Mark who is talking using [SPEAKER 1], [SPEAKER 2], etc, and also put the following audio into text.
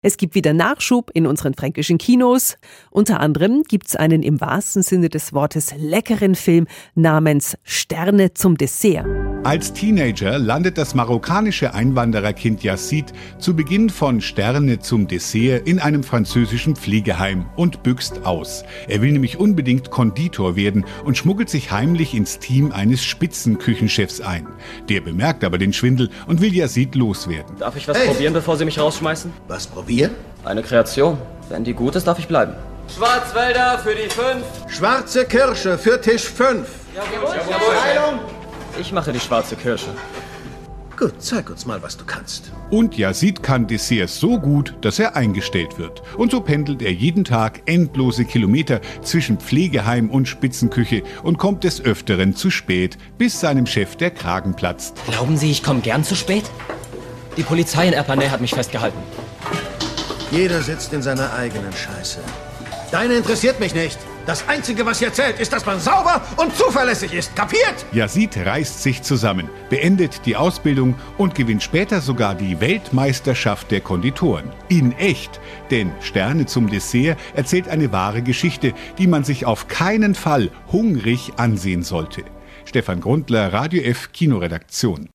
[SPEAKER 1] Es gibt wieder Nachschub in unseren fränkischen Kinos. Unter anderem gibt's einen im wahrsten Sinne des Wortes leckeren Film namens Sterne zum Dessert.
[SPEAKER 2] Als Teenager landet das marokkanische Einwandererkind Yassid zu Beginn von Sterne zum Dessert in einem französischen Pflegeheim und büxt aus. Er will nämlich unbedingt Konditor werden und schmuggelt sich heimlich ins Team eines Spitzenküchenchefs ein. Der bemerkt aber den Schwindel und will Yassid loswerden.
[SPEAKER 3] Darf ich was probieren, bevor Sie mich rausschmeißen?
[SPEAKER 4] Was probieren?
[SPEAKER 3] Eine Kreation. Wenn die gut ist, darf ich bleiben. Schwarzwälder für die fünf.
[SPEAKER 4] Schwarze Kirsche für Tisch 5.
[SPEAKER 3] Ich mache die schwarze Kirsche.
[SPEAKER 4] Gut, zeig uns mal, was du kannst.
[SPEAKER 2] Und Yazid kann Desserts so gut, dass er eingestellt wird. Und so pendelt er jeden Tag endlose Kilometer zwischen Pflegeheim und Spitzenküche und kommt des Öfteren zu spät, bis seinem Chef der Kragen platzt.
[SPEAKER 3] Glauben Sie, ich komme gern zu spät? Die Polizei in Erpanay hat mich festgehalten.
[SPEAKER 4] Jeder sitzt in seiner eigenen Scheiße. Deine interessiert mich nicht. Das Einzige, was hier zählt, ist, dass man sauber und zuverlässig ist. Kapiert?
[SPEAKER 2] Yazid reißt sich zusammen, beendet die Ausbildung und gewinnt später sogar die Weltmeisterschaft der Konditoren. In echt. Denn Sterne zum Dessert erzählt eine wahre Geschichte, die man sich auf keinen Fall hungrig ansehen sollte. Stefan Grundler, Radio F, Kinoredaktion.